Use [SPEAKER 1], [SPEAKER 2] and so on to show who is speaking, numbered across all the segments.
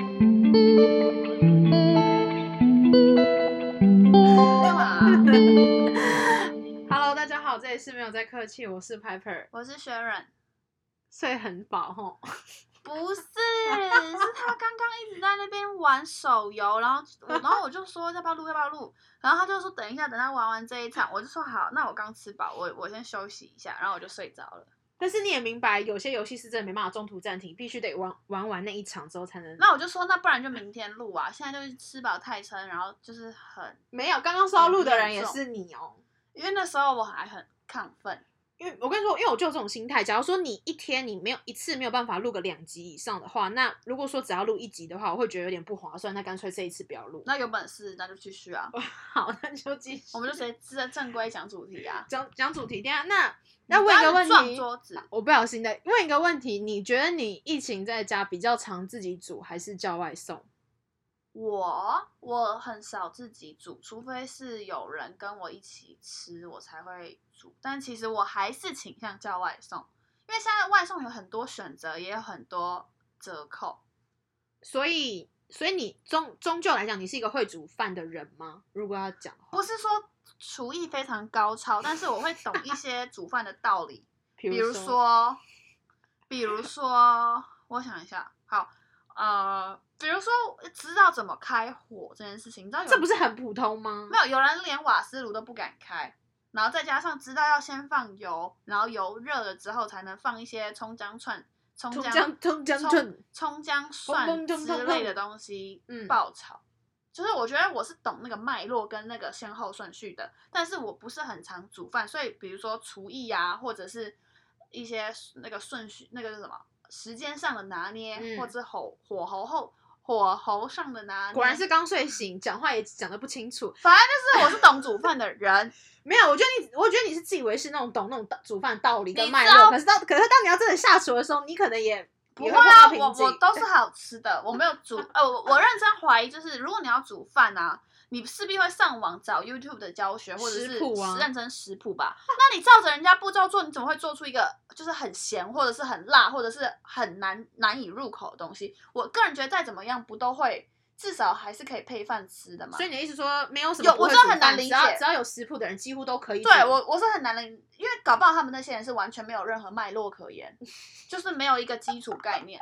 [SPEAKER 1] 有在客气，我是 Piper，
[SPEAKER 2] 我是 Sharon，
[SPEAKER 1] 睡很饱吼。
[SPEAKER 2] 不是，是他刚刚一直在那边玩手游，然后我， 然后我就说要不要录，要不要录，然后他就说等一下，等他玩完这一场，我就说好，那我刚吃饱，我我先休息一下，然后我就睡着了。
[SPEAKER 1] 但是你也明白，有些游戏是真的没办法中途暂停，必须得玩玩完那一场之后才能。
[SPEAKER 2] 那我就说，那不然就明天录啊，现在就是吃饱太撑，然后就是很，
[SPEAKER 1] 没有，刚刚说要录的人也
[SPEAKER 2] 严重
[SPEAKER 1] 是你哦。
[SPEAKER 2] 因为那时候我还很亢奋，
[SPEAKER 1] 因为我跟你说，因为我就有这种心态。假如说你一天你没有一次没有办法录个两集以上的话，那如果说只要录一集的话，我会觉得有点不划算。那干脆这一次不要录。
[SPEAKER 2] 那有本事那就继续啊，
[SPEAKER 1] 哦好，那就继续。
[SPEAKER 2] 我们就直接正正规讲主题啊。
[SPEAKER 1] 讲讲主题。等一下，那 那问
[SPEAKER 2] 不
[SPEAKER 1] 一个
[SPEAKER 2] 要
[SPEAKER 1] 问
[SPEAKER 2] 撞
[SPEAKER 1] 题，
[SPEAKER 2] 桌子，
[SPEAKER 1] 我不小心的问一个问题，你觉得你疫情在家比较常自己煮还是叫外送？
[SPEAKER 2] 我我很少自己煮，除非是有人跟我一起吃，我才会煮。但其实我还是倾向叫外送，因为现在外送有很多选择，也有很多折扣。
[SPEAKER 1] 所以，所以你终终究来讲，你是一个会煮饭的人吗？如果要讲的话，
[SPEAKER 2] 不是说厨艺非常高超，但是我会懂一些煮饭的道理，
[SPEAKER 1] 比
[SPEAKER 2] 比如说，比如说，我想一下，好，呃，比如说知道怎么开火这件事情，你知道有
[SPEAKER 1] 这不是很普通吗？
[SPEAKER 2] 没有，有人连瓦斯炉都不敢开，然后再加上知道要先放油，然后油热了之后才能放一些葱姜蒜、葱
[SPEAKER 1] 葱
[SPEAKER 2] 姜
[SPEAKER 1] 姜、葱姜
[SPEAKER 2] 葱
[SPEAKER 1] 蒜，
[SPEAKER 2] 葱姜蒜
[SPEAKER 1] 嘣嘣
[SPEAKER 2] 之
[SPEAKER 1] 嘣
[SPEAKER 2] 类
[SPEAKER 1] 嘣
[SPEAKER 2] 的东西
[SPEAKER 1] 嗯
[SPEAKER 2] 爆炒。就是我觉得我是懂那个脉络跟那个先后顺序的，但是我不是很常煮饭，所以比如说厨艺啊，或者是一些那个顺序，那个是什么时间上的拿捏，
[SPEAKER 1] 嗯
[SPEAKER 2] 或者是火火候后火候上的拿捏，
[SPEAKER 1] 果然是刚睡醒，讲话也讲的不清楚。
[SPEAKER 2] 反正就是我是懂煮饭的人，
[SPEAKER 1] 没有，我觉得你，我觉得你是自以为是那种懂那种道煮饭道理跟
[SPEAKER 2] 你
[SPEAKER 1] 脉
[SPEAKER 2] 知道
[SPEAKER 1] 络，可是到可是当你要真的下厨的时候，你可能也
[SPEAKER 2] 不
[SPEAKER 1] 也
[SPEAKER 2] 会
[SPEAKER 1] 会碰到
[SPEAKER 2] 啊，
[SPEAKER 1] 瓶
[SPEAKER 2] 我
[SPEAKER 1] 颈
[SPEAKER 2] 我都是好吃的，我没有煮，呃，我我认真怀疑，就是如果你要煮饭啊，你势必会上网找 YouTube 的教学或者是
[SPEAKER 1] 食谱啊
[SPEAKER 2] 认真食谱吧？那你照着人家步骤做，你怎么会做出一个就是很咸或者是很辣或者是很难难以入口的东西？我个人觉得再怎么样不都会，至少还是可以配饭吃的嘛
[SPEAKER 1] 所。以你的意思说没有什么
[SPEAKER 2] 有
[SPEAKER 1] 不
[SPEAKER 2] 我
[SPEAKER 1] 会
[SPEAKER 2] 真的
[SPEAKER 1] 煮
[SPEAKER 2] 很难
[SPEAKER 1] 饭
[SPEAKER 2] 理
[SPEAKER 1] 只要
[SPEAKER 2] 解
[SPEAKER 1] 只要有食谱的人几乎都可以煮。
[SPEAKER 2] 对我我是很难的，因为搞不好他们那些人是完全没有任何脉络可言，就是没有一个基础概念，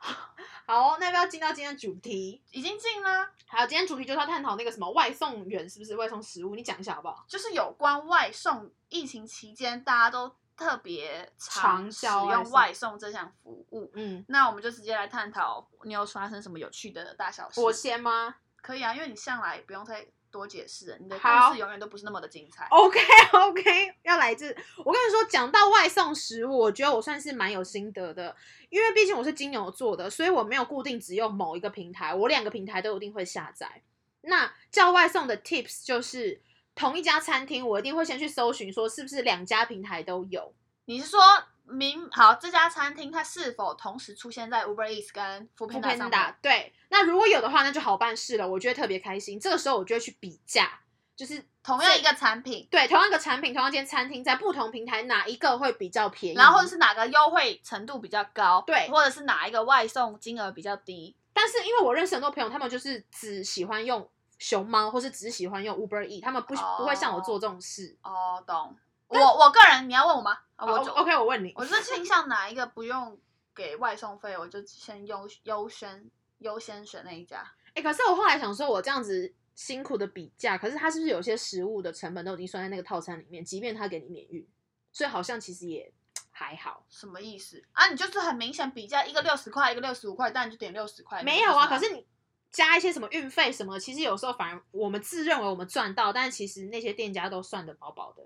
[SPEAKER 1] 好哦，那要不要进到今天的主题？
[SPEAKER 2] 已经进啦。
[SPEAKER 1] 好，今天主题就是要探讨那个什么外送员是不是外送食物，你讲一下好不好？
[SPEAKER 2] 就是有关外送，疫情期间大家都特别
[SPEAKER 1] 常
[SPEAKER 2] 使
[SPEAKER 1] 叫外
[SPEAKER 2] 用
[SPEAKER 1] 送
[SPEAKER 2] 外送这项服务。
[SPEAKER 1] 嗯，
[SPEAKER 2] 那我们就直接来探讨你有发生什么有趣的大小事。
[SPEAKER 1] 我先吗
[SPEAKER 2] 可以啊，因为你向来不用再多解释了，你的
[SPEAKER 1] 好
[SPEAKER 2] 故事永远都不是那么的精彩。
[SPEAKER 1] ？OK OK，要来自我跟你说，讲到外送食物，我觉得我算是蛮有心得的，因为毕竟我是金牛座的，所以我没有固定只用某一个平台，我两个平台都一定会下载。那叫外送的 Tips 就是，同一家餐厅，我一定会先去搜寻说是不是两家平台都有。
[SPEAKER 2] 你是说明好这家餐厅它是否同时出现在 Uber Eats 跟 f o o p a n d a 上面？
[SPEAKER 1] 对，那如果有的话，那就好办事了，我觉得特别开心。这个时候我就会去比价，就是
[SPEAKER 2] 同样一个产品，
[SPEAKER 1] 对同样一个产品、同样一间餐厅，在不同平台哪一个会比较便宜？
[SPEAKER 2] 然后或者是哪个优惠程度比较高，
[SPEAKER 1] 对
[SPEAKER 2] 或者是哪一个外送金额比较低，
[SPEAKER 1] 但是因为我认识很多朋友，他们就是只喜欢用熊猫，或是只喜欢用 Uber E，他们不、不会像我做这种事。
[SPEAKER 2] 哦，懂。我我个人，你要问我吗？啊，我
[SPEAKER 1] 好
[SPEAKER 2] 就
[SPEAKER 1] 嗯哦 OK，我问你，
[SPEAKER 2] 我是倾向哪一个不用给外送费，我就先优优先优先选那一家。
[SPEAKER 1] 哎、可是我后来想说，我这样子辛苦的比价，可是它是不是有些食物的成本都已经算在那个套餐里面，即便它给你免运，所以好像其实也还好。
[SPEAKER 2] 什么意思啊？你就是很明显比价，一个六十块，一个六十五块，但你就点六十块。
[SPEAKER 1] 没有啊，
[SPEAKER 2] 那个
[SPEAKER 1] 可
[SPEAKER 2] 就是
[SPEAKER 1] 你加一些什么运费什么，其实有时候反而我们自认为我们赚到，但是其实那些店家都算的薄薄的。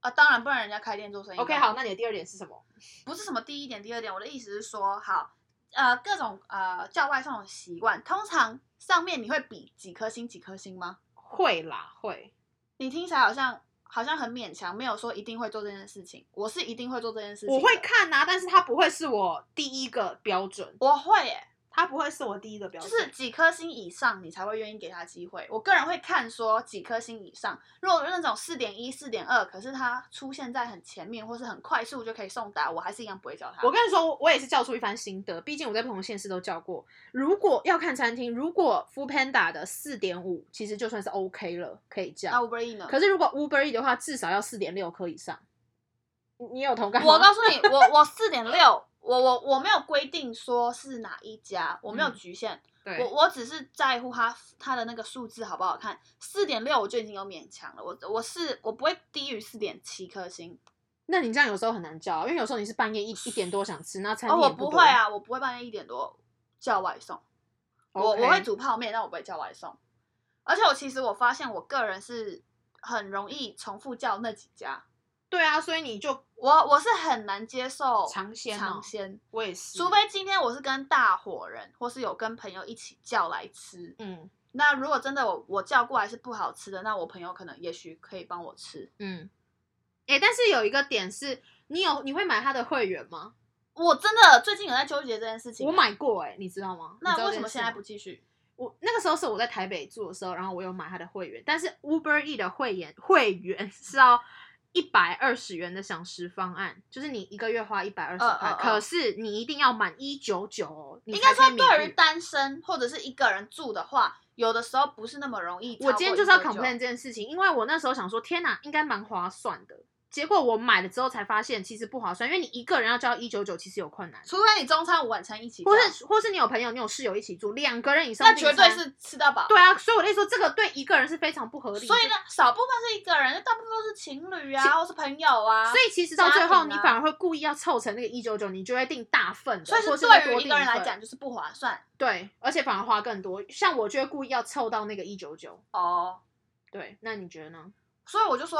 [SPEAKER 2] 啊，当然不然人家开店做生意。
[SPEAKER 1] OK，好，，那你的第二点是什么？
[SPEAKER 2] 不是什么第一点、第二点，我的意思是说，好，呃，各种呃叫外送的习惯，通常上面你会比几颗星几颗星吗？
[SPEAKER 1] 会啦，会。
[SPEAKER 2] 你听起来好像好像很勉强，没有说一定会做这件事情。我是一定会做这件事情，
[SPEAKER 1] 我会。看啊，但是它不会是我第一个标准，
[SPEAKER 2] 我会耶、
[SPEAKER 1] 它不会是我第一个标
[SPEAKER 2] 就
[SPEAKER 1] 准。
[SPEAKER 2] 是几颗星以上，你才会愿意给他机会。我个人会看说几颗星以上，如果那种四点一、四点二，可是它出现在很前面或是很快速就可以送达，我还是一样不会叫他。
[SPEAKER 1] 我跟你说，我也是叫出一番心得，毕竟我在不同县市都叫过。如果要看餐厅，如果 f o o Panda 的四点五，其实就算是 OK 了，可以叫。
[SPEAKER 2] 那 Uber E 呢？
[SPEAKER 1] 可是如果 Uber E 的话，至少要四点六颗以上。你你有同感吗？
[SPEAKER 2] 我告诉你，我我四点六，我我我没有规定说是哪一家，我没有
[SPEAKER 1] 嗯
[SPEAKER 2] 局限，我
[SPEAKER 1] 对，
[SPEAKER 2] 我只是在乎它它的那个数字好不好看。四点六我就已经有勉强了，我我是我不会低于四点七颗星。
[SPEAKER 1] 那你这样有时候很难叫，啊因为有时候你是半夜一一点多想吃，那餐
[SPEAKER 2] 哦，
[SPEAKER 1] 厅
[SPEAKER 2] 我
[SPEAKER 1] 也不
[SPEAKER 2] 会
[SPEAKER 1] 多，
[SPEAKER 2] 啊，我不会半夜一点多叫外送。我我
[SPEAKER 1] OK
[SPEAKER 2] 会煮泡面，但我不会叫外送。而且我其实我发现，我个人是很容易重复叫那几家，
[SPEAKER 1] 对啊，所以你就
[SPEAKER 2] 我我是很难接受
[SPEAKER 1] 尝鲜哦
[SPEAKER 2] 尝鲜，
[SPEAKER 1] 我也是，
[SPEAKER 2] 除非今天我是跟大伙人，或是有跟朋友一起叫来吃。
[SPEAKER 1] 嗯
[SPEAKER 2] 那如果真的我我叫过来是不好吃的，那我朋友可能也许可以帮我吃。
[SPEAKER 1] 嗯，哎、但是有一个点是，你有你会买他的会员吗？
[SPEAKER 2] 我真的最近有在纠结这件事情、啊
[SPEAKER 1] 我，买过哎、你知道吗？你知
[SPEAKER 2] 那
[SPEAKER 1] 道
[SPEAKER 2] 为
[SPEAKER 1] 这
[SPEAKER 2] 什么
[SPEAKER 1] 件事
[SPEAKER 2] 现在
[SPEAKER 1] 吗
[SPEAKER 2] 不继续？
[SPEAKER 1] 我那个时候是我在台北住的时候，然后我有买他的会员，但是 Uber E 的会员会员 是要一百二十元的享食方案，就是你一个月花一百二十
[SPEAKER 2] 嗯
[SPEAKER 1] 块
[SPEAKER 2] 嗯，嗯
[SPEAKER 1] 可是你一定要满一九九哦。你
[SPEAKER 2] 应
[SPEAKER 1] 才
[SPEAKER 2] 该
[SPEAKER 1] 可
[SPEAKER 2] 说，
[SPEAKER 1] 以免
[SPEAKER 2] 对于
[SPEAKER 1] 运
[SPEAKER 2] 单身或者是一个人住的话，有的时候不是那么容易超过199。
[SPEAKER 1] 我今天就是要 complain 这件事情，因为我那时候想说，天哪，应该蛮划算的。结果我买了之后才发现，其实不划算，因为你一个人要交一九九，其实有困难。
[SPEAKER 2] 除非你中餐、晚餐一起叫，
[SPEAKER 1] 或是或是你有朋友，你有室友一起住，两个人以上
[SPEAKER 2] 那
[SPEAKER 1] 订
[SPEAKER 2] 绝对
[SPEAKER 1] 餐
[SPEAKER 2] 是吃到饱。
[SPEAKER 1] 对啊，所以我就说这个对一个人是非常不合理的。
[SPEAKER 2] 所以呢，少部分是一个人，大部分都是情侣啊，或是朋友啊。
[SPEAKER 1] 所以其实到最后，
[SPEAKER 2] 家庭
[SPEAKER 1] 你
[SPEAKER 2] 啊
[SPEAKER 1] 反而会故意要凑成那个一九九，你就会订大份的，
[SPEAKER 2] 所以
[SPEAKER 1] 或是
[SPEAKER 2] 是
[SPEAKER 1] 会
[SPEAKER 2] 对
[SPEAKER 1] 多
[SPEAKER 2] 于一个人
[SPEAKER 1] 订
[SPEAKER 2] 来
[SPEAKER 1] 份
[SPEAKER 2] 讲，就是不划算
[SPEAKER 1] 对，而且反而花更多。像我就会故意要凑到那个一九九，
[SPEAKER 2] 哦。
[SPEAKER 1] 对，那你觉得呢？
[SPEAKER 2] 所以我就说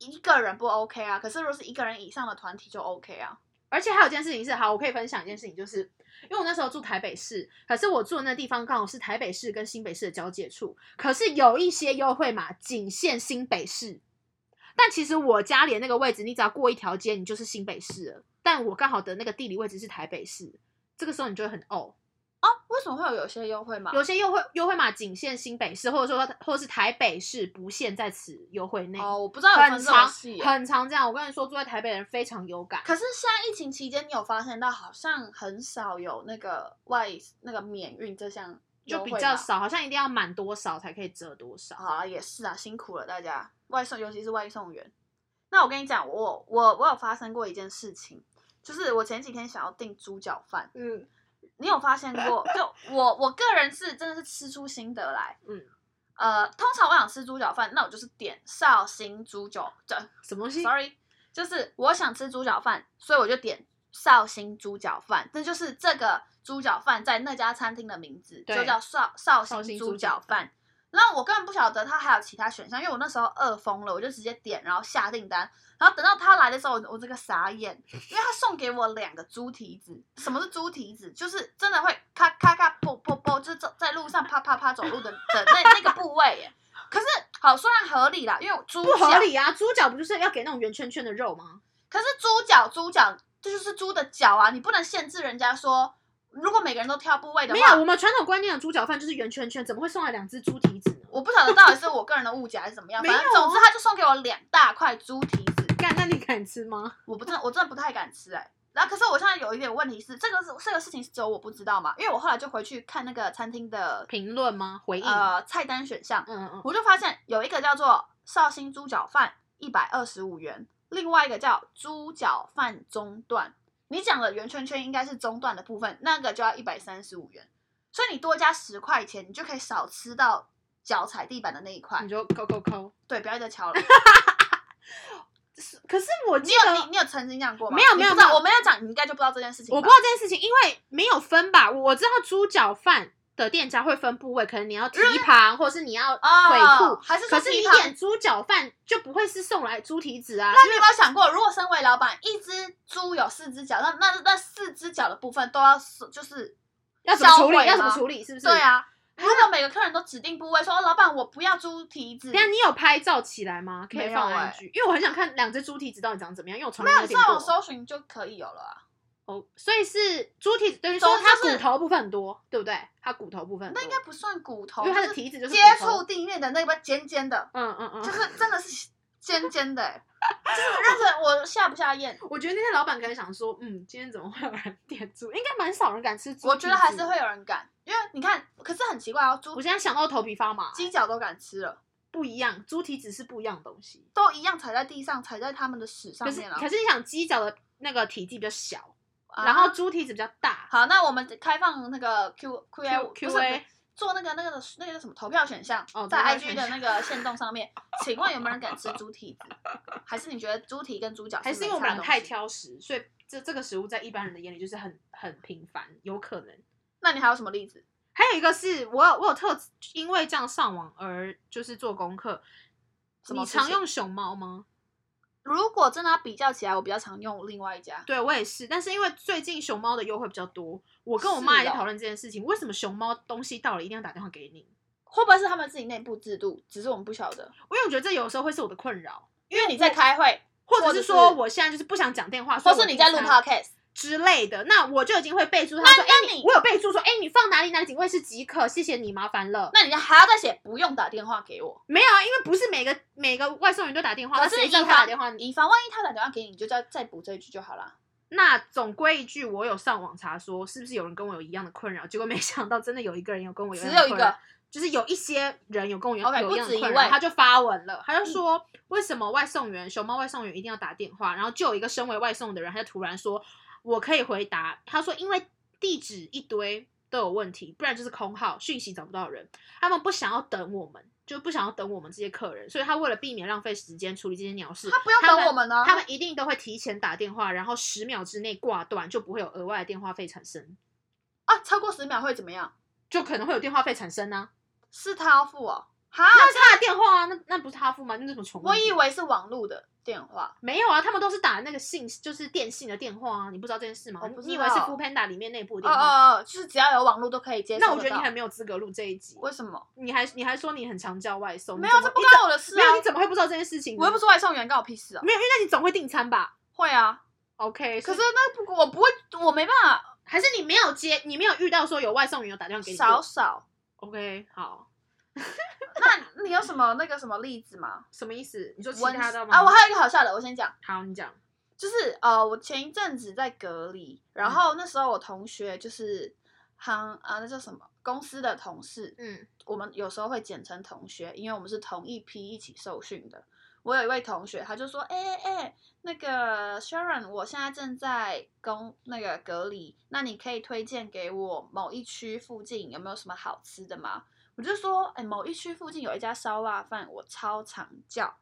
[SPEAKER 2] 一个人不 OK 啊，可是如果是一个人以上的团体就 OK 啊。
[SPEAKER 1] 而且还有一件事情是，好，我可以分享一件事情，就是因为我那时候住台北市，可是我住的那地方刚好是台北市跟新北市的交界处，可是有一些优惠码仅限新北市，但其实我家里的那个位置，你只要过一条街，你就是新北市了，但我刚好的那个地理位置是台北市，这个时候你就会很哦。
[SPEAKER 2] 哦，为什么会有有些优惠嘛？
[SPEAKER 1] 有些优惠优惠码仅限新北市，或者说或是台北市不限在此优惠内。
[SPEAKER 2] 哦，我不知道有
[SPEAKER 1] 很
[SPEAKER 2] 分这种哦
[SPEAKER 1] 长
[SPEAKER 2] 戏耶。
[SPEAKER 1] 很长这样，我跟你说，住在台北的人非常有感。
[SPEAKER 2] 可是现在疫情期间，你有发现到好像很少有那个外那个免运这项
[SPEAKER 1] 就
[SPEAKER 2] 优
[SPEAKER 1] 比
[SPEAKER 2] 惠
[SPEAKER 1] 较
[SPEAKER 2] 嘛。
[SPEAKER 1] 少，好像一定要满多少才可以折多少。
[SPEAKER 2] 好啊，也是啊，辛苦了大家，外送尤其是外送员。那我跟你讲，我我我有发生过一件事情，就是我前几天想要订猪脚饭，
[SPEAKER 1] 嗯，
[SPEAKER 2] 你有发现过？ 就我我个人是真的是吃出心得来，
[SPEAKER 1] 嗯，
[SPEAKER 2] 呃，通常我想吃猪脚饭，那我就是点绍兴猪脚，这
[SPEAKER 1] 什么东西？
[SPEAKER 2] sorry，就是我想吃猪脚饭，所以我就点绍兴猪脚饭，这就是这个猪脚饭在那家餐厅的名字，
[SPEAKER 1] 对
[SPEAKER 2] 就叫绍绍
[SPEAKER 1] 绍
[SPEAKER 2] 兴
[SPEAKER 1] 兴
[SPEAKER 2] 猪
[SPEAKER 1] 猪脚
[SPEAKER 2] 脚饭。然后我根本不晓得它还有其他选项，因为我那时候饿疯了，我就直接点，然后下订单。然后等到他来的时候，我我这个傻眼，因为他送给我两个猪蹄子。什么是猪蹄子？就是真的会咔咔咔啵啵啵，就是走在路上啪啪啪走路的的那那个部位耶。可是好，虽然合理啦，因为猪
[SPEAKER 1] 不合
[SPEAKER 2] 脚
[SPEAKER 1] 理啊！猪脚不就是要给那种圆圈圈的肉吗？
[SPEAKER 2] 可是猪脚，猪脚这就是猪的脚啊，你不能限制人家说，如果每个人都挑部位的
[SPEAKER 1] 没有，
[SPEAKER 2] 话，
[SPEAKER 1] 我们传统观念的猪脚饭就是圆圈圈，怎么会送来两只猪蹄子呢？
[SPEAKER 2] 我不晓得到底是我个人的误解还是怎么样，
[SPEAKER 1] 没
[SPEAKER 2] 反
[SPEAKER 1] 有啊
[SPEAKER 2] 正总之他就送给我两大块猪蹄子，
[SPEAKER 1] 干，那你敢吃吗？
[SPEAKER 2] 我不真的我真的不太敢吃哎、然后可是我现在有一点问题是，这个是这个事情是只有我不知道嘛，因为我后来就回去看那个餐厅的
[SPEAKER 1] 评论吗？回应？
[SPEAKER 2] 呃菜单选项，
[SPEAKER 1] 嗯嗯嗯，
[SPEAKER 2] 我就发现有一个叫做绍兴猪脚饭，一百二十五元；另外一个叫猪脚饭中段。你讲的圆圈圈应该是中段的部分，那个就要一百三十五元。所以你多加十块钱，你就可以少吃到脚踩地板的那一块
[SPEAKER 1] 你。就扣扣扣。
[SPEAKER 2] 对，不要再
[SPEAKER 1] 哎
[SPEAKER 2] 敲了。
[SPEAKER 1] 是可是我
[SPEAKER 2] 你
[SPEAKER 1] 记
[SPEAKER 2] 有
[SPEAKER 1] 得
[SPEAKER 2] 你你有曾经这样过吗？
[SPEAKER 1] 没有
[SPEAKER 2] 你
[SPEAKER 1] 没有
[SPEAKER 2] 不知道
[SPEAKER 1] 没有
[SPEAKER 2] 我没有讲，你应该就不知道这件事情吧。
[SPEAKER 1] 我不知道这件事情，因为没有分吧。我知道猪脚饭的店家会分部位，可能你要蹄膀，或是你要腿
[SPEAKER 2] 嗯哦
[SPEAKER 1] 裤。
[SPEAKER 2] 还是说
[SPEAKER 1] 可是
[SPEAKER 2] 蹄
[SPEAKER 1] 你
[SPEAKER 2] 膀
[SPEAKER 1] 点猪脚饭就不会是送来猪蹄子啊，
[SPEAKER 2] 那你有没有想过，如果身为老板，一只猪有四只脚，那那那四只脚的部分都要就是
[SPEAKER 1] 要怎么
[SPEAKER 2] 销
[SPEAKER 1] 处理？
[SPEAKER 2] 毁
[SPEAKER 1] 要怎么
[SPEAKER 2] 吗
[SPEAKER 1] 处理？是不是？
[SPEAKER 2] 对。啊，如果每个客人都指定部位说，哦老板我不要猪蹄子，
[SPEAKER 1] 等一下你有拍照起来吗？可
[SPEAKER 2] 没
[SPEAKER 1] 以
[SPEAKER 2] 有
[SPEAKER 1] 放
[SPEAKER 2] 欸
[SPEAKER 1] IG，、因为我很想看两只猪蹄子到底长怎么样，因为我从
[SPEAKER 2] 没
[SPEAKER 1] 来
[SPEAKER 2] 有
[SPEAKER 1] 有
[SPEAKER 2] 你
[SPEAKER 1] 点
[SPEAKER 2] 上
[SPEAKER 1] 过。
[SPEAKER 2] 网搜寻就可以有了啊、
[SPEAKER 1] 哦，所以是猪蹄子，等于
[SPEAKER 2] 总
[SPEAKER 1] 说
[SPEAKER 2] 之
[SPEAKER 1] 它
[SPEAKER 2] 就是
[SPEAKER 1] 骨头部分很多，对不对？它骨头部分很
[SPEAKER 2] 那应
[SPEAKER 1] 多
[SPEAKER 2] 该不算骨头，
[SPEAKER 1] 因为它的
[SPEAKER 2] 就是
[SPEAKER 1] 蹄子就是
[SPEAKER 2] 接
[SPEAKER 1] 骨头
[SPEAKER 2] 触地面的那边尖尖的，
[SPEAKER 1] 嗯嗯嗯，
[SPEAKER 2] 就是真的是尖尖的、 欸，就是让人我下不下咽。
[SPEAKER 1] 我觉得那些老板可能想说，嗯，今天怎么会有人点猪？应该蛮少人敢吃猪蹄子。
[SPEAKER 2] 我觉得还是会有人敢，因为你看，可是很奇怪哦，猪
[SPEAKER 1] 我现在想到头皮发麻。
[SPEAKER 2] 鸡脚都敢吃了，
[SPEAKER 1] 不不一样，猪蹄子是不一样的东西。
[SPEAKER 2] 都一样踩在地上，踩在他们的屎上
[SPEAKER 1] 可是
[SPEAKER 2] 面啊了
[SPEAKER 1] 可。是你想，鸡脚的那个体积比较小，
[SPEAKER 2] 啊
[SPEAKER 1] 然后猪蹄子比较大。
[SPEAKER 2] 好，那我们开放那个 Q Q A
[SPEAKER 1] Q- Q&A
[SPEAKER 2] 做那个那个的那个叫什么投票选项，
[SPEAKER 1] 哦
[SPEAKER 2] 在
[SPEAKER 1] 投票
[SPEAKER 2] IG
[SPEAKER 1] 选
[SPEAKER 2] 的
[SPEAKER 1] 项
[SPEAKER 2] 那个线动上面，请问有没有人敢吃猪蹄子？还是你觉得猪蹄跟猪脚
[SPEAKER 1] 还
[SPEAKER 2] 是
[SPEAKER 1] 是因
[SPEAKER 2] 没
[SPEAKER 1] 为我们
[SPEAKER 2] 差的东
[SPEAKER 1] 俩太
[SPEAKER 2] 西？
[SPEAKER 1] 挑食，所以这这个食物在一般人的眼里就是很很平凡，有可能。
[SPEAKER 2] 那你还有什么例子？
[SPEAKER 1] 还有一个是我有我有特因为这样上网而就是做功课。
[SPEAKER 2] 什么
[SPEAKER 1] 你
[SPEAKER 2] 事
[SPEAKER 1] 常
[SPEAKER 2] 情
[SPEAKER 1] 用熊猫吗？
[SPEAKER 2] 如果真的要比较起来，我比较常用另外一家，
[SPEAKER 1] 对我也是，但是因为最近熊猫的优惠比较多，我跟我
[SPEAKER 2] 是
[SPEAKER 1] 妈也在
[SPEAKER 2] 哦
[SPEAKER 1] 讨论这件事情，为什么熊猫东西到了一定要打电话给你？
[SPEAKER 2] 会不会是他们自己内部制度？只是我们不晓得，
[SPEAKER 1] 因为我觉得这有时候会是我的困扰，
[SPEAKER 2] 因为你在开会，
[SPEAKER 1] 或
[SPEAKER 2] 或
[SPEAKER 1] 者
[SPEAKER 2] 者
[SPEAKER 1] 是说
[SPEAKER 2] 是
[SPEAKER 1] 我现在就是不想讲电话，
[SPEAKER 2] 或
[SPEAKER 1] 所以
[SPEAKER 2] 是
[SPEAKER 1] 我
[SPEAKER 2] 你
[SPEAKER 1] 平
[SPEAKER 2] 在录
[SPEAKER 1] 常
[SPEAKER 2] podcast，
[SPEAKER 1] 之类的，那我就已经会备注他
[SPEAKER 2] 那
[SPEAKER 1] 说，哎、
[SPEAKER 2] 那你
[SPEAKER 1] 你我有备注说，哎、你放哪里哪里警卫室即可，谢谢你，麻烦了。
[SPEAKER 2] 那你还要再写不用打电话给我。
[SPEAKER 1] 没有啊，因为不是每个每个外送员都打电话，
[SPEAKER 2] 可
[SPEAKER 1] 那
[SPEAKER 2] 是
[SPEAKER 1] 谁
[SPEAKER 2] 以
[SPEAKER 1] 知道
[SPEAKER 2] 防
[SPEAKER 1] 他打电话？
[SPEAKER 2] 以防万一他打电话给你，你就再再补这一句就好啦。
[SPEAKER 1] 那总归一句，我有上网查说是不是有人跟我有一样的困扰，结果没想到真的有一个人有跟我有一样的
[SPEAKER 2] 只有一
[SPEAKER 1] 困扰
[SPEAKER 2] 个，
[SPEAKER 1] 就是有一些人有跟我有
[SPEAKER 2] OK，
[SPEAKER 1] 有
[SPEAKER 2] 不
[SPEAKER 1] 一样
[SPEAKER 2] 止
[SPEAKER 1] 的
[SPEAKER 2] 一
[SPEAKER 1] 困扰，
[SPEAKER 2] 位嗯
[SPEAKER 1] 他就发文了，他就说为什么外送员熊猫外送员一定要打电话？然后就有一个身为外送的人，他就突然说我可以回答，他说因为地址一堆都有问题，不然就是空号，讯息找不到人，他们不想要等我们。就不想要等我们这些客人，所以他为了避免浪费时间处理这些鸟事，
[SPEAKER 2] 他不用
[SPEAKER 1] 他们
[SPEAKER 2] 等我们呢、哦
[SPEAKER 1] 他们一定都会提前打电话，然后十秒之内挂断，就不会有额外的电话费产生，
[SPEAKER 2] 啊，超过十秒会怎么样？
[SPEAKER 1] 就可能会有电话费产生呢、
[SPEAKER 2] 是他要付哦。哈，
[SPEAKER 1] 那是他的电话啊，那那不是他付吗？那是什么穷问
[SPEAKER 2] 我
[SPEAKER 1] 题？
[SPEAKER 2] 以为是网络的电话，
[SPEAKER 1] 没有啊，他们都是打那个信，就是电信的电话啊，你不知道这件事吗？
[SPEAKER 2] 我不知道
[SPEAKER 1] 你以为是 f o o Panda 里面内部的
[SPEAKER 2] 哦
[SPEAKER 1] 电话？
[SPEAKER 2] 哦哦，就是只要有网络都可以接收
[SPEAKER 1] 那我觉得
[SPEAKER 2] 到
[SPEAKER 1] 你很没有资格录这一集，
[SPEAKER 2] 为什么？
[SPEAKER 1] 你还你还说你很常叫外送，
[SPEAKER 2] 没
[SPEAKER 1] 你
[SPEAKER 2] 有，这
[SPEAKER 1] 怎么
[SPEAKER 2] 不
[SPEAKER 1] 你怎
[SPEAKER 2] 关我的事
[SPEAKER 1] 没有，
[SPEAKER 2] 啊
[SPEAKER 1] 你！怎么会不知道这件事情呢？
[SPEAKER 2] 我又不是外送员，关我屁事啊！
[SPEAKER 1] 没有，因为那你总会订餐吧
[SPEAKER 2] 会啊，
[SPEAKER 1] ？OK，
[SPEAKER 2] 可
[SPEAKER 1] 所以
[SPEAKER 2] 是那不我不会，我没办法，
[SPEAKER 1] 还是你没有接，你没有遇到说有外送员有打电话给你过
[SPEAKER 2] 少少。
[SPEAKER 1] ？OK，好，
[SPEAKER 2] 那你有什么那个什么例子吗？
[SPEAKER 1] 什么意思？你说其
[SPEAKER 2] 温
[SPEAKER 1] 他的吗？
[SPEAKER 2] 啊，我还有一个好笑的，我先讲。
[SPEAKER 1] 好，你讲。
[SPEAKER 2] 就是呃，我前一阵子在隔离，
[SPEAKER 1] 嗯
[SPEAKER 2] 然后那时候我同学就是行啊，那叫什么公司的同事，
[SPEAKER 1] 嗯，
[SPEAKER 2] 我们有时候会简称同学，因为我们是同一批一起受训的。我有一位同学，他就说：“哎哎哎，那个 Sharon，我现在正在公那个隔离，那你可以推荐给我某一区附近有没有什么好吃的吗？”我就说：“哎，某一区附近有一家烧腊饭，我超常叫。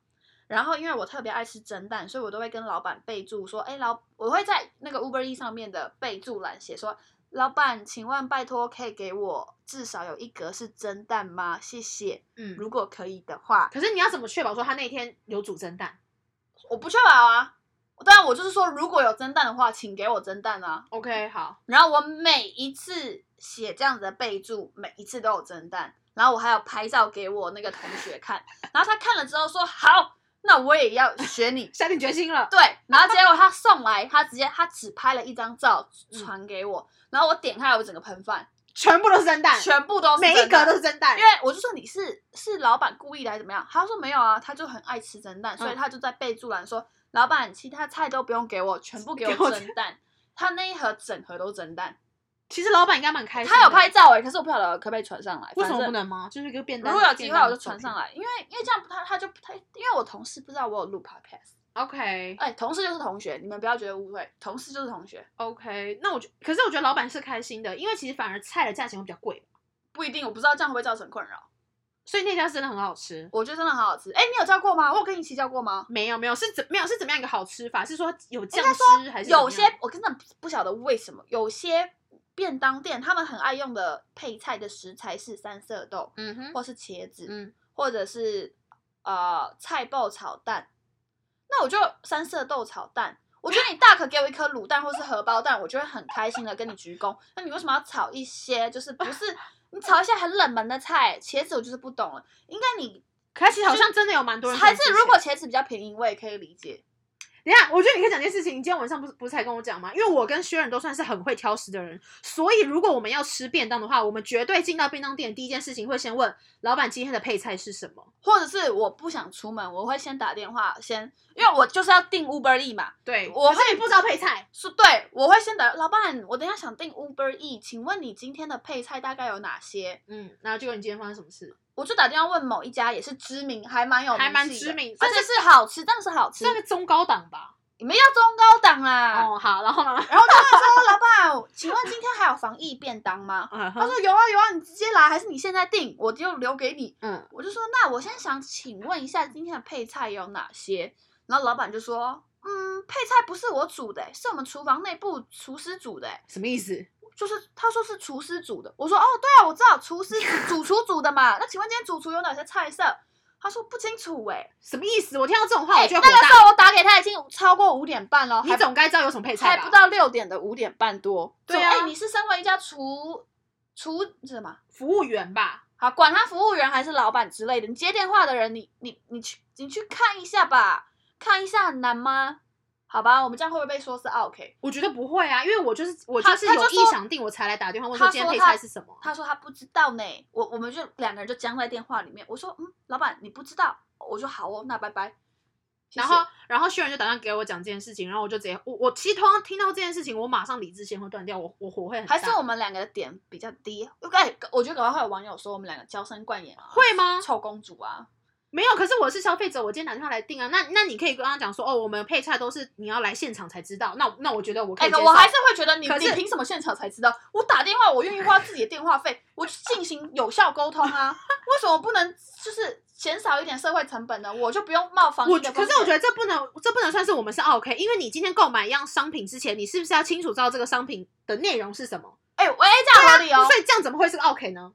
[SPEAKER 2] 然后因为我特别爱吃蒸蛋，所以我都会跟老板备注说：‘哎，老，我会在那个 Uber E 上面的备注栏写说：老板，请问拜托可以给我至少有一格是蒸蛋吗？谢谢。
[SPEAKER 1] 嗯，
[SPEAKER 2] 如果可以的话，
[SPEAKER 1] 可是你要怎么确保说他那天有煮蒸蛋
[SPEAKER 2] 我不确保啊。但我就是说，如果有蒸蛋的话，请给我蒸蛋啊。
[SPEAKER 1] ？OK，好，
[SPEAKER 2] 然后我每一次写这样子的备注，每一次都有蒸蛋。然后我还有拍照给我那个同学看，然后他看了之后说：“好，那我也要学你。”
[SPEAKER 1] 下定决心了。
[SPEAKER 2] 对，然后结果他送来，他直接他只拍了一张照传给我，然后我点开，我整个喷饭，
[SPEAKER 1] 全部都是蒸蛋，
[SPEAKER 2] 全部都是
[SPEAKER 1] 每一
[SPEAKER 2] 蒸蛋
[SPEAKER 1] 格都是蒸蛋
[SPEAKER 2] 因。为我就说你是是老板故意来怎么样？他说没有啊，他就很爱吃蒸蛋，所以
[SPEAKER 1] 嗯
[SPEAKER 2] 他就在备注栏说，老板其他菜都不用给我，全部给
[SPEAKER 1] 给我
[SPEAKER 2] 我蒸 蛋。他那一盒整盒都蒸蛋，
[SPEAKER 1] 其实老板应该蛮开心的。
[SPEAKER 2] 他有拍照哎、可是我不晓得可不可以传上来。
[SPEAKER 1] 为什
[SPEAKER 2] 反
[SPEAKER 1] 么不
[SPEAKER 2] 正？
[SPEAKER 1] 能吗？就是一个便当。
[SPEAKER 2] 如果有机会我就传上
[SPEAKER 1] 来。
[SPEAKER 2] 来，因为因为这样他他就他，因为我同事不知道我有录 podcast，
[SPEAKER 1] OK
[SPEAKER 2] 哎、同事就是同学，你们不要觉得误会，同事就是同学，
[SPEAKER 1] OK，那我觉，可是我觉得老板是开心的，因为其实反而菜的价钱会比较贵，
[SPEAKER 2] 不一定，我不知道这样会不会造成困扰。
[SPEAKER 1] 所以那家真的很好吃。
[SPEAKER 2] 我觉得真的好好吃，哎、你有教过吗？我有跟你一起教过吗？
[SPEAKER 1] 没有没有是怎没有是怎么样一个好吃法？是说有酱
[SPEAKER 2] 应该
[SPEAKER 1] 汁还是怎么
[SPEAKER 2] 有
[SPEAKER 1] 样
[SPEAKER 2] 些我真的不不晓得为什么，有些便当店他们很爱用的配菜的食材是三色豆，
[SPEAKER 1] 嗯哼
[SPEAKER 2] 或是茄子，
[SPEAKER 1] 嗯
[SPEAKER 2] 或者是呃菜爆炒蛋。那我就三色豆炒蛋。我觉得你大可给我一颗卤蛋或是荷包蛋，我就会很开心的跟你鞠躬。那你为什么要炒一些就是不是你炒一些很冷门的菜？茄子我就是不懂了，应该你
[SPEAKER 1] 可是其实好像真的有蛮多人
[SPEAKER 2] 还
[SPEAKER 1] 想吃
[SPEAKER 2] 是
[SPEAKER 1] 起来。
[SPEAKER 2] 如果茄子比较便宜，我也可以理解。
[SPEAKER 1] 等一下，我觉得你可以讲件事情。你今天晚上不是不是才跟我讲吗？因为我跟薛仁都算是很会挑食的人，所以如果我们要吃便当的话，我们绝对进到便当店第一件事情会先问老板今天的配菜是什么。
[SPEAKER 2] 或者是我不想出门，我会先打电话，先，因为我就是要订 Uber E 嘛，
[SPEAKER 1] 对
[SPEAKER 2] 我
[SPEAKER 1] 我
[SPEAKER 2] 会
[SPEAKER 1] 可是你不知道配菜，
[SPEAKER 2] 是对，我会先打，老板，我等一下想订 Uber E，请问你今天的配菜大概有哪些？
[SPEAKER 1] 嗯，然后结果你今天发生什么事？
[SPEAKER 2] 我就打电话问某一家也是知名，还蛮有名气的
[SPEAKER 1] 还蛮知名
[SPEAKER 2] 而且是好吃，但是啊好吃
[SPEAKER 1] 这，个中高档吧？
[SPEAKER 2] 你们要中高档啦。
[SPEAKER 1] 哦，好，然后呢？
[SPEAKER 2] 然后就问说：“老板，请问今天还有防疫便当吗？”
[SPEAKER 1] 嗯
[SPEAKER 2] 他说：“有 啊有啊，你直接来，还是你现在订，我就留给你。”
[SPEAKER 1] 嗯，
[SPEAKER 2] 我就说，那我现在想请问一下今天的配菜有哪些？然后老板就说，嗯，配菜不是我煮的、欸是我们厨房内部厨师煮的、欸
[SPEAKER 1] 什么意思？
[SPEAKER 2] 就是他说是厨师煮的。我说，哦，对啊，我知道厨 师煮主厨煮的嘛。那请问今天主厨有哪些菜色？他说不清楚哎、
[SPEAKER 1] 什么意思？我听到这种话
[SPEAKER 2] 哎
[SPEAKER 1] 我就
[SPEAKER 2] 那
[SPEAKER 1] 火
[SPEAKER 2] 个时
[SPEAKER 1] 大。
[SPEAKER 2] 候我打给他已经超过五点半了，
[SPEAKER 1] 你
[SPEAKER 2] 还
[SPEAKER 1] 总该知道有什么配菜
[SPEAKER 2] 还
[SPEAKER 1] 吧？
[SPEAKER 2] 不到六点的五点半多。
[SPEAKER 1] 对
[SPEAKER 2] 说
[SPEAKER 1] 啊
[SPEAKER 2] 哎、你是身为一家厨厨是什么？啊
[SPEAKER 1] 服务员吧？
[SPEAKER 2] 好，管他服务员还是老板之类的，你接电话的人，你你你去你去看一下吧，看一下很难吗？好吧，我们这样会不会被说是啊 OK？
[SPEAKER 1] 我觉得不会啊，因为我就是我
[SPEAKER 2] 他
[SPEAKER 1] 就是
[SPEAKER 2] 他就
[SPEAKER 1] 有意
[SPEAKER 2] 说
[SPEAKER 1] 想定，我才来打电话问
[SPEAKER 2] 他
[SPEAKER 1] 今天
[SPEAKER 2] 说
[SPEAKER 1] 配
[SPEAKER 2] 他
[SPEAKER 1] 菜是什么啊。
[SPEAKER 2] 他说他不知道呢，我我们就两个人就僵在电话里面。我说嗯，老板你不知道，我说好哦，那拜拜。谢谢
[SPEAKER 1] 然后，然后秀人就打算给我讲这件事情，然后我就直接，我我其实通常听到这件事情，我马上理智线会断掉，我我火会很大，
[SPEAKER 2] 还是我们两个的点比较低，哎，我觉得可能会有网友说我们两个娇生惯养啊，
[SPEAKER 1] 会吗？
[SPEAKER 2] 臭公主啊，
[SPEAKER 1] 没有，可是我是消费者，我今天打电话来订啊，那那你可以跟他讲说，哦，我们配菜都是你要来现场才知道，那那我觉得我可
[SPEAKER 2] 哎、
[SPEAKER 1] 以接受，
[SPEAKER 2] 我还是会觉得你
[SPEAKER 1] 可
[SPEAKER 2] 你
[SPEAKER 1] 是
[SPEAKER 2] 凭什么现场才知道？我打电话，我愿意花自己的电话费，我去进行有效沟通啊。为什么不能就是减少一点社会成本呢？我就不用冒防
[SPEAKER 1] 我
[SPEAKER 2] 疫
[SPEAKER 1] 觉
[SPEAKER 2] 的
[SPEAKER 1] 可
[SPEAKER 2] 风险。
[SPEAKER 1] 是我觉得这不能，这不能算是我们是 OK，因为你今天购买一样商品之前，你是不是要清楚知道这个商品的内容是什么？
[SPEAKER 2] 哎、喂，这样合理哦。
[SPEAKER 1] 所以这样怎么啊会是个 OK 呢？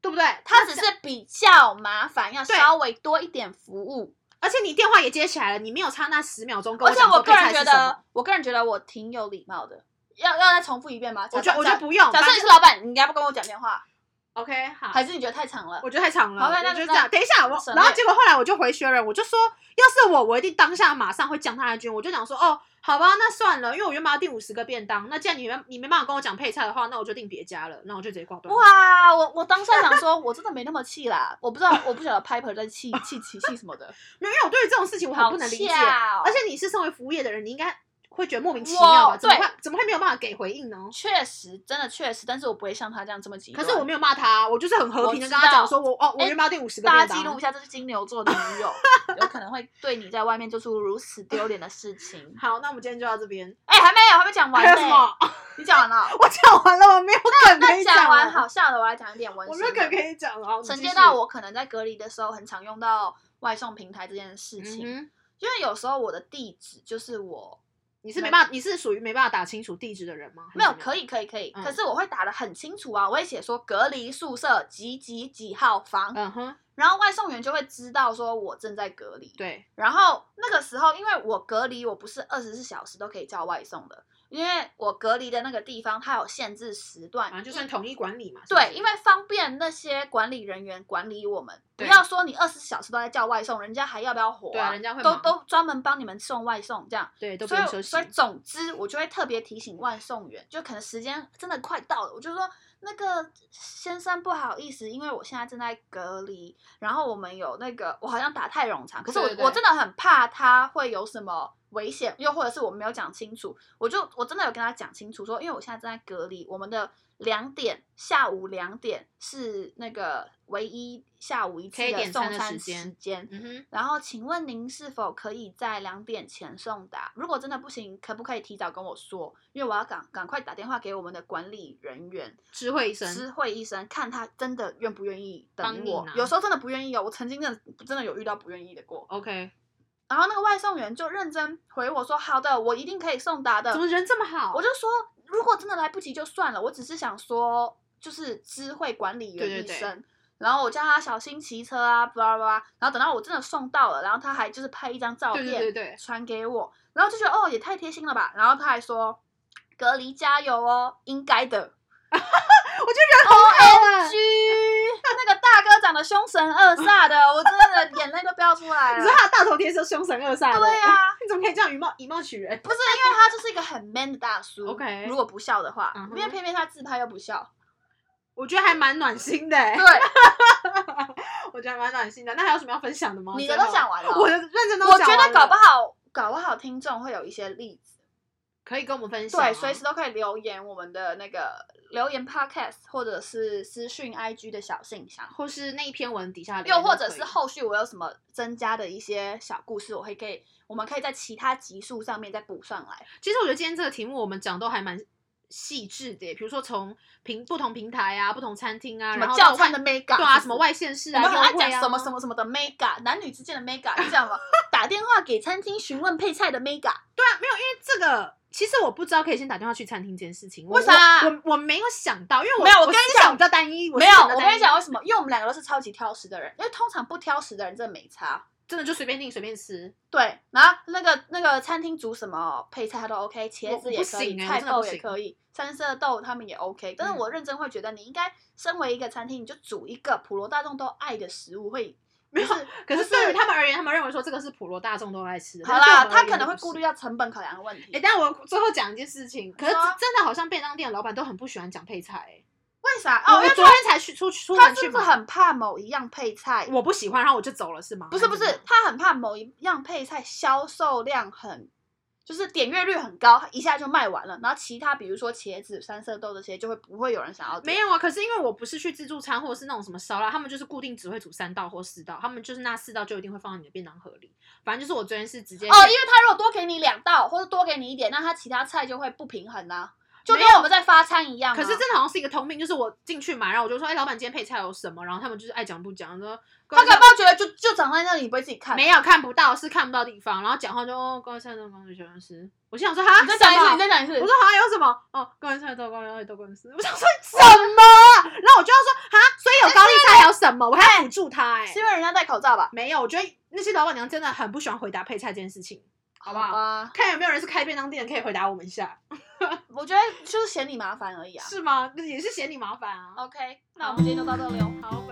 [SPEAKER 1] 对不对？
[SPEAKER 2] 它只是比较麻烦，要
[SPEAKER 1] 对
[SPEAKER 2] 稍微多一点服务。
[SPEAKER 1] 而且你电话也接起来了，你没有差那十秒钟跟
[SPEAKER 2] 而且
[SPEAKER 1] 讲说
[SPEAKER 2] 我
[SPEAKER 1] 配
[SPEAKER 2] 个
[SPEAKER 1] 菜
[SPEAKER 2] 人
[SPEAKER 1] 是
[SPEAKER 2] 觉
[SPEAKER 1] 什么，
[SPEAKER 2] 得，我个人觉得我挺有礼貌的。要要再重复一遍吗？
[SPEAKER 1] 我
[SPEAKER 2] 假
[SPEAKER 1] 觉
[SPEAKER 2] 设
[SPEAKER 1] 得我觉得不啊用，
[SPEAKER 2] 假
[SPEAKER 1] 反
[SPEAKER 2] 设
[SPEAKER 1] 正
[SPEAKER 2] 你是老板，你要不跟我讲电话，
[SPEAKER 1] OK 好，
[SPEAKER 2] 还是你觉得太长了？
[SPEAKER 1] 我觉得太长了，
[SPEAKER 2] 好吧
[SPEAKER 1] 我
[SPEAKER 2] 那
[SPEAKER 1] 就
[SPEAKER 2] 就
[SPEAKER 1] 这样。
[SPEAKER 2] 那
[SPEAKER 1] 等一下，我
[SPEAKER 2] 省略
[SPEAKER 1] 然后结果后来我就回学人，我就说，要是我，我一定当下马上会降他一军。我就讲说，哦，好吧，那算了，因为我原本要订五十个便当，那既然你没你没办法跟我讲配菜的话，那我就订别家了，那我就直接挂断。
[SPEAKER 2] 哇，我我当下想说，我真的没那么气啦，我不知道，我不晓得 Piper 在气气气气什么的，
[SPEAKER 1] 没有，因为我对于这种事情我很不能理解，
[SPEAKER 2] 好恰哦
[SPEAKER 1] 而且你是身为服务业的人，你应该会觉得莫名其妙吧？
[SPEAKER 2] 哇
[SPEAKER 1] 怎么
[SPEAKER 2] 对
[SPEAKER 1] 会怎么会没有办法给回应呢？
[SPEAKER 2] 确实，真的确实，但是我不会像他这样这么极
[SPEAKER 1] 可
[SPEAKER 2] 端。
[SPEAKER 1] 是我没有骂他，啊我就是很和平的跟他
[SPEAKER 2] 我
[SPEAKER 1] 讲
[SPEAKER 2] 知道
[SPEAKER 1] 说，我哦，我
[SPEAKER 2] 哎
[SPEAKER 1] 原本要订五十个
[SPEAKER 2] 大
[SPEAKER 1] 便
[SPEAKER 2] 家
[SPEAKER 1] 当
[SPEAKER 2] 记，录一下，这是金牛座的女友，有可能会对你在外面做出如此丢脸的事情。
[SPEAKER 1] 好，那我们今天就到这边。
[SPEAKER 2] 哎、还没有，还没讲完
[SPEAKER 1] 还
[SPEAKER 2] 呢、
[SPEAKER 1] 有什么？
[SPEAKER 2] 你讲完 了？哦
[SPEAKER 1] 我讲完了，我没有梗可
[SPEAKER 2] 那
[SPEAKER 1] 以
[SPEAKER 2] 讲
[SPEAKER 1] 完
[SPEAKER 2] 完，好笑的，我来讲一点温
[SPEAKER 1] 我没有
[SPEAKER 2] 馨
[SPEAKER 1] 梗
[SPEAKER 2] 的。
[SPEAKER 1] 可以讲啊了。好你
[SPEAKER 2] 承
[SPEAKER 1] 继
[SPEAKER 2] 接
[SPEAKER 1] 续
[SPEAKER 2] 到我可能在隔离的时候，很常用到外送平台这件事情，
[SPEAKER 1] 嗯哼
[SPEAKER 2] 因为有时候我的地址就是我
[SPEAKER 1] 你是没办法，你是属于没办法打清楚地址的人吗？
[SPEAKER 2] 没有，
[SPEAKER 1] 以。
[SPEAKER 2] 可以，可以，可以。
[SPEAKER 1] 嗯
[SPEAKER 2] 可是我会打的很清楚啊，我会写说隔离宿舍几几几号房，
[SPEAKER 1] 嗯哼，
[SPEAKER 2] 然后外送员就会知道说我正在隔离。
[SPEAKER 1] 对，
[SPEAKER 2] 然后那个时候，因为我隔离，我不是二十四小时都可以叫外送的，因为我隔离的那个地方它有限制时段，
[SPEAKER 1] 反正就算统一管理嘛。是不是
[SPEAKER 2] 对，因为方便那些管理人员管理我们，不
[SPEAKER 1] 对
[SPEAKER 2] 要说你二十四小时都在叫外送，人家还要不要活、啊？
[SPEAKER 1] 对啊人家会
[SPEAKER 2] 都
[SPEAKER 1] 忙
[SPEAKER 2] 都专门帮你们送外送这样。
[SPEAKER 1] 对都不
[SPEAKER 2] 所
[SPEAKER 1] 用休
[SPEAKER 2] 以，
[SPEAKER 1] 息
[SPEAKER 2] 所以总之，我就会特别提醒外送员，就可能时间真的快到了，我就说那个先生不好意思，因为我现在正在隔离，然后我们有那个我好像打太冗长，可是我
[SPEAKER 1] 对对
[SPEAKER 2] 我
[SPEAKER 1] 对
[SPEAKER 2] 真的很怕他会有什么危险，又或者是我没有讲清楚，我就我真的有跟他讲清楚说，因为我现在正在隔离，我们的两点下午两点是那个唯一下午一次
[SPEAKER 1] 可以
[SPEAKER 2] 的
[SPEAKER 1] 点
[SPEAKER 2] 送
[SPEAKER 1] 餐的
[SPEAKER 2] 餐
[SPEAKER 1] 时
[SPEAKER 2] 时
[SPEAKER 1] 间
[SPEAKER 2] 间，
[SPEAKER 1] 嗯哼，
[SPEAKER 2] 然后，请问您是否可以在两点前送达？如果真的不行，可不可以提早跟我说？因为我要赶赶快打电话给我们的管理人员、
[SPEAKER 1] 智慧医生，
[SPEAKER 2] 知会医生，看他真的愿不愿意等
[SPEAKER 1] 帮你
[SPEAKER 2] 我
[SPEAKER 1] 拿。
[SPEAKER 2] 有时候真的不愿意哦，我曾经真的真的有遇到不愿意的过。
[SPEAKER 1] OK，
[SPEAKER 2] 然后那个外送员就认真回我说：“好的，我一定可以送达的。
[SPEAKER 1] 怎”么人这么好？
[SPEAKER 2] 我就说，如果真的来不及就算了，我只是想说，就是知会管理员
[SPEAKER 1] 对
[SPEAKER 2] 一
[SPEAKER 1] 对对
[SPEAKER 2] 生。然后我叫他小心骑车啊，巴拉巴拉。然后等到我真的送到了，然后他还就是拍一张照
[SPEAKER 1] 对
[SPEAKER 2] 片
[SPEAKER 1] 对对对，
[SPEAKER 2] 传给我，然后就觉得哦也太贴心了吧。然后他还说隔离加油哦，应该的。
[SPEAKER 1] 我就觉得很好啊
[SPEAKER 2] G。那个大哥长得凶神恶煞的，我真的眼泪都飙出来
[SPEAKER 1] 你
[SPEAKER 2] 了
[SPEAKER 1] 说。他的大头贴是凶神恶煞的，
[SPEAKER 2] 对啊，
[SPEAKER 1] 你怎么可以这样以貌以貌取人？
[SPEAKER 2] 不是因为他就是一个很 man 的大叔
[SPEAKER 1] OK
[SPEAKER 2] 如果不笑的话
[SPEAKER 1] 嗯哼
[SPEAKER 2] 因为偏偏他自拍又不笑，
[SPEAKER 1] 我觉得还蛮暖心的、欸，
[SPEAKER 2] 对，
[SPEAKER 1] 我觉得还蛮暖心的。那还有什么要分享的吗？
[SPEAKER 2] 你的
[SPEAKER 1] 最
[SPEAKER 2] 都
[SPEAKER 1] 后
[SPEAKER 2] 讲完了，
[SPEAKER 1] 我的认真都
[SPEAKER 2] 我
[SPEAKER 1] 讲
[SPEAKER 2] 觉
[SPEAKER 1] 完
[SPEAKER 2] 得搞不
[SPEAKER 1] 了
[SPEAKER 2] 好，搞不好听众会有一些例子，
[SPEAKER 1] 可以跟我们分享啊、
[SPEAKER 2] 对，随时都可以留言我们的那个留言 podcast，或者是私讯 IG 的小信箱，
[SPEAKER 1] 或是那一篇文底下留言
[SPEAKER 2] 又
[SPEAKER 1] 都可以，
[SPEAKER 2] 或者是后续我有什么增加的一些小故事，我会给我们可以在其他集数上面再补上来。
[SPEAKER 1] 其实我觉得今天这个题目我们讲都还蛮细致的耶，比如说从平不同平台啊、不同餐厅啊，
[SPEAKER 2] 什
[SPEAKER 1] 然
[SPEAKER 2] 么
[SPEAKER 1] 后
[SPEAKER 2] 叫
[SPEAKER 1] 到
[SPEAKER 2] 唤
[SPEAKER 1] 外
[SPEAKER 2] 的 mega
[SPEAKER 1] 对啊，
[SPEAKER 2] 是不
[SPEAKER 1] 什么
[SPEAKER 2] 是
[SPEAKER 1] 外县市
[SPEAKER 2] 我
[SPEAKER 1] 啊，
[SPEAKER 2] 们很爱
[SPEAKER 1] 优惠
[SPEAKER 2] 讲
[SPEAKER 1] 啊
[SPEAKER 2] 什么什么什么的 mega，男女之间的 mega，你知道吗？ 打电话给餐厅询问配菜的 mega，
[SPEAKER 1] 对啊，没有，因为这个其实我不知道可以先打电话去餐厅这件事情，我
[SPEAKER 2] 为啥
[SPEAKER 1] 我我我没有想到，因为我
[SPEAKER 2] 没有我
[SPEAKER 1] 我
[SPEAKER 2] 跟你
[SPEAKER 1] 思想
[SPEAKER 2] 讲
[SPEAKER 1] 比较单一，
[SPEAKER 2] 没
[SPEAKER 1] 思
[SPEAKER 2] 有，
[SPEAKER 1] 想比较
[SPEAKER 2] 我
[SPEAKER 1] 单
[SPEAKER 2] 跟你
[SPEAKER 1] 一
[SPEAKER 2] 讲为什么？因为我们两个都是超级挑食的人，因为通常不挑食的人真的没差。
[SPEAKER 1] 真的就随便订随便吃，
[SPEAKER 2] 对，然后那个那个餐厅煮什么配菜他都 OK，
[SPEAKER 1] 我
[SPEAKER 2] 茄
[SPEAKER 1] 我
[SPEAKER 2] 子也
[SPEAKER 1] 不
[SPEAKER 2] 可以，
[SPEAKER 1] 行欸我
[SPEAKER 2] 菜
[SPEAKER 1] 真的不
[SPEAKER 2] 豆也
[SPEAKER 1] 行
[SPEAKER 2] 可以，三色豆他们也 OK。但是
[SPEAKER 1] 嗯
[SPEAKER 2] 我认真会觉得，你应该身为一个餐厅，你就煮一个普罗大众都爱的食物，会
[SPEAKER 1] 没有
[SPEAKER 2] 就是
[SPEAKER 1] 可
[SPEAKER 2] 就是
[SPEAKER 1] 对于他们而言，他们认为说这个是普罗大众都爱吃的。
[SPEAKER 2] 好
[SPEAKER 1] 但是对
[SPEAKER 2] 啦，
[SPEAKER 1] 我们而
[SPEAKER 2] 他
[SPEAKER 1] 言
[SPEAKER 2] 可能
[SPEAKER 1] 就
[SPEAKER 2] 会
[SPEAKER 1] 不是
[SPEAKER 2] 顾虑。到成本考量的问题。
[SPEAKER 1] 哎、但我最后讲一件事情，可是
[SPEAKER 2] 说啊
[SPEAKER 1] 真的好像便当店的老板都很不喜欢讲配菜、欸。
[SPEAKER 2] 为啥？哦，
[SPEAKER 1] 我
[SPEAKER 2] 因
[SPEAKER 1] 我
[SPEAKER 2] 为
[SPEAKER 1] 昨天才去出去出
[SPEAKER 2] 他
[SPEAKER 1] 门
[SPEAKER 2] 是
[SPEAKER 1] 去
[SPEAKER 2] 不
[SPEAKER 1] 买，
[SPEAKER 2] 是很怕某一样配菜？
[SPEAKER 1] 我不喜欢，然后我就走了是吗？
[SPEAKER 2] 不是不是
[SPEAKER 1] 还怎么，样
[SPEAKER 2] 他很怕某一样配菜销售量很，就是点阅率很高，一下就卖完了。然后其他比如说茄子、三色豆这些，就会不会有人想要点。
[SPEAKER 1] 没有啊，可是因为我不是去自助餐或者是那种什么烧腊，他们就是固定只会煮三道或四道，他们就是那四道就一定会放在你的便当盒里。反正就是我昨天是直接
[SPEAKER 2] 哦，因为他如果多给你两道，或者多给你一点，那他其他菜就会不平衡啊，就跟
[SPEAKER 1] 没有
[SPEAKER 2] 我们在发餐一样、啊。
[SPEAKER 1] 可是真的好像是一个通病，就是我进去买，然后我就说，哎、老板今天配菜有什么？然后他们就是爱讲不讲，说
[SPEAKER 2] 他可不好觉得就就长在那里，你不会自己看。
[SPEAKER 1] 没有看不到，是看不到地方，然后讲话就哦，高丽菜豆高丽菜丝，我心想说哈，
[SPEAKER 2] 你再讲一
[SPEAKER 1] 啊什
[SPEAKER 2] 次，
[SPEAKER 1] 么
[SPEAKER 2] 你再讲一次。
[SPEAKER 1] 我说好像有什么哦，高丽菜豆高丽菜豆高丽丝，我想说 什
[SPEAKER 2] 什
[SPEAKER 1] 么？然后我就要说哈，所以有高丽菜还有什么？我还要辅助他哎、
[SPEAKER 2] 是因为人家戴口罩吧？
[SPEAKER 1] 没有，我觉得那些老板娘真的很不喜欢回答配菜这件事情，好不好？
[SPEAKER 2] 吧，
[SPEAKER 1] 看有没有人是开便当店的，可以回答我们一下，
[SPEAKER 2] 我觉得就是嫌你麻烦而已啊。
[SPEAKER 1] 是吗？也是嫌你麻烦啊。
[SPEAKER 2] OK，那我们今天就到这里哦。
[SPEAKER 1] 好，拜拜。